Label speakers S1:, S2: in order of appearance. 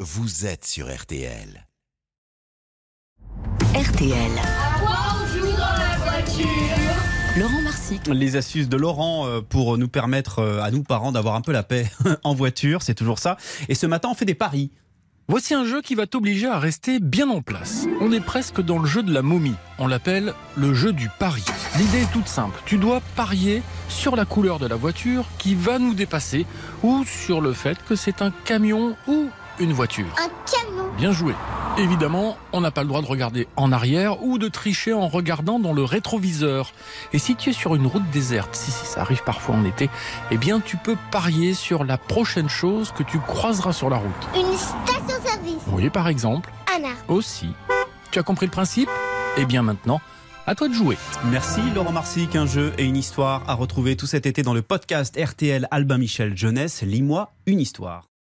S1: vous êtes sur RTL.
S2: RTL.
S3: voiture.
S2: Laurent Marsic.
S4: Les astuces de Laurent euh, pour nous permettre euh, à nous parents d'avoir un peu la paix en voiture, c'est toujours ça. Et ce matin, on fait des paris.
S5: Voici un jeu qui va t'obliger à rester bien en place. On est presque dans le jeu de la momie. On l'appelle le jeu du pari. L'idée est toute simple. Tu dois parier sur la couleur de la voiture qui va nous dépasser ou sur le fait que c'est un camion ou une voiture.
S3: Un canon.
S5: Bien joué. Évidemment, on n'a pas le droit de regarder en arrière ou de tricher en regardant dans le rétroviseur. Et si tu es sur une route déserte, si, si ça arrive parfois en été, eh bien tu peux parier sur la prochaine chose que tu croiseras sur la route.
S3: Une station-service.
S5: Oui, par exemple,
S3: Un arbre.
S5: aussi. Tu as compris le principe Eh bien maintenant, à toi de jouer.
S4: Merci Laurent Marsic, un jeu et une histoire à retrouver tout cet été dans le podcast RTL Albin Michel Jeunesse, Lis-moi une histoire.